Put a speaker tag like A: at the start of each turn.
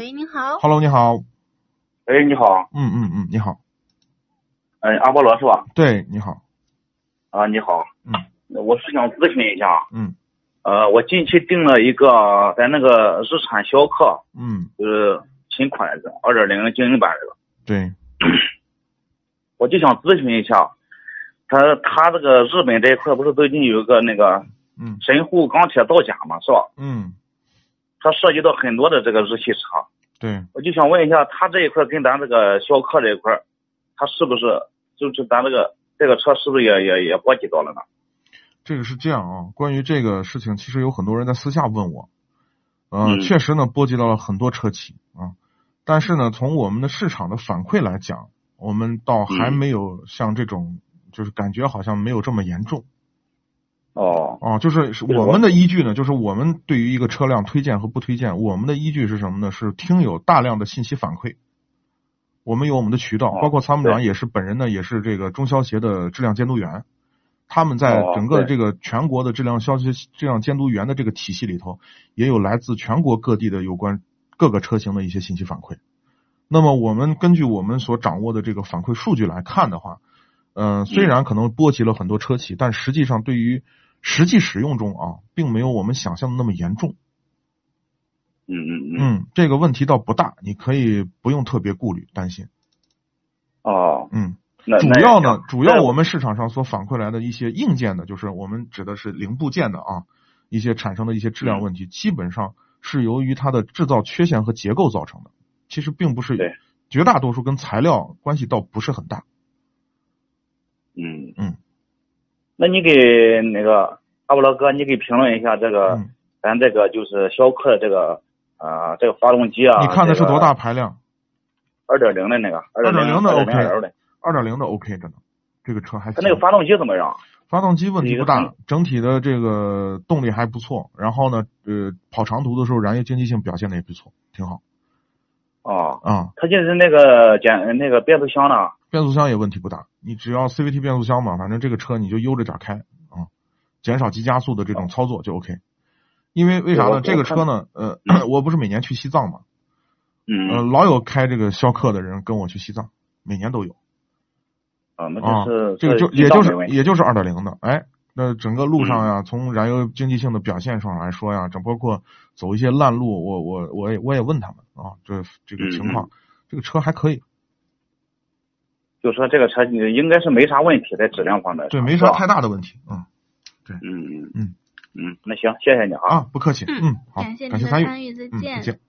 A: 喂，您好。
B: Hello，你好。
C: 哎，你好，
B: 嗯嗯嗯，你好。
C: 嗯，阿波罗是吧？
B: 对，你好。
C: 啊，你好，
B: 嗯，
C: 我是想咨询一下，
B: 嗯
C: 呃，我近期订了一个在那个日产逍客，
B: 嗯，
C: 就是新款的二点零精英版这个，
B: 对，
C: 我就想咨询一下，他他这个日本这一块不是最近有一个那个
B: 嗯
C: 神户钢铁造假嘛，是吧？
B: 嗯，
C: 它涉及到很多的这个日系车，
B: 对，
C: 我就想问一下，他这一块跟咱这个逍客这一块，他是不是就是咱这个这个车是不是也也也波及到了呢？
B: 这个是这样啊。关于这个事情，其实有很多人在私下问我，呃，
C: 嗯
B: 确实呢波及到了很多车企啊，但是呢，从我们的市场的反馈来讲，我们倒还
C: 嗯
B: 没有像这种，就是感觉好像没有这么严重。
C: 哦，
B: 哦，就是是
C: 对
B: 我
C: 我
B: 们的依据呢，就是我们对于一个车辆推荐和不推荐，我们的依据是什么呢？是听友大量的信息反馈，我们有我们的渠道，
C: 哦
B: 包括参谋长
C: 对
B: 也是本人呢，也是这个中消协的质量监督员，他们在
C: 哦
B: 整个这
C: 对
B: 个全国的质量消息质量监督员的这个体系里头，也有来自全国各地的有关各个车型的一些信息反馈。那么我们根据我们所掌握的这个反馈数据来看的话，嗯，虽然可能波及了很多车企，但实际上对于实际使用中啊，并没有我们想象的那么严重。
C: 嗯嗯嗯。
B: 嗯，这个问题倒不大，你可以不用特别顾虑担心。
C: 哦，
B: 嗯，
C: 那
B: 主
C: 那也
B: 要
C: 行
B: 呢，主要
C: 那
B: 我们市场上所反馈来的一些硬件的，就是我们指的是零部件的啊，一些产生的一些质
C: 嗯
B: 量问题，基本上是由于它的制造缺陷和结构造成的，其实并不
C: 对
B: 是绝大多数跟材料关系倒不是很大。
C: 嗯
B: 嗯，
C: 那你给那个阿波罗哥，你给评论一下这个、
B: 嗯，
C: 咱这个就是逍客这个啊、呃这个发动机啊，
B: 你看的是多大？排量？
C: 二点零的那个，二
B: 2.0
C: 2.0
B: 的
C: 二
B: OK
C: 点零的，
B: 二点零的 OK 着呢，这个车还
C: 它
B: 行。
C: 那个发动机怎么样？
B: 发动机问题不
C: 你
B: 大，整体的这个动力还不错。然后呢，呃，跑长途的时候燃油经济性表现的也不错，挺好
C: 哦，
B: 啊、
C: 它就是那个减那个变速箱呢？
B: 变速箱也问题不大，你只要 CVT 变速箱嘛，反正这个车你就悠着点开啊、减少急加速的这种操作就 OK。因为为啥
C: 对
B: 呢？
C: 我
B: 这个
C: 我
B: 车
C: 看
B: 呢，呃， 我不是每年去西藏嘛，呃，
C: 嗯，
B: 老有开这个逍客的人跟我去西藏，每年都有。
C: 啊，那
B: 啊
C: 就是、，
B: 这个就
C: 这
B: 也就
C: 制造没
B: 是
C: 问题
B: 也就是二点零的，哎，那整个路上呀、从燃油经济性的表现上来说呀，整包括走一些烂路，我我我也我也问他们啊，这这
C: 嗯
B: 个情况，这个车还可以，
C: 就说这个车应该是没啥问题，在质量方面
B: 对，
C: 上
B: 没
C: 是
B: 啥
C: 吧
B: 太大的问题，嗯
C: 嗯嗯
B: 嗯
C: 嗯，那行，谢谢你啊
B: 啊，不客气，
A: 嗯
B: 嗯，好，
A: 感谢您
B: 感谢
A: 的
B: 参与，
A: 参与，再
B: 嗯，再
A: 见。
B: 见。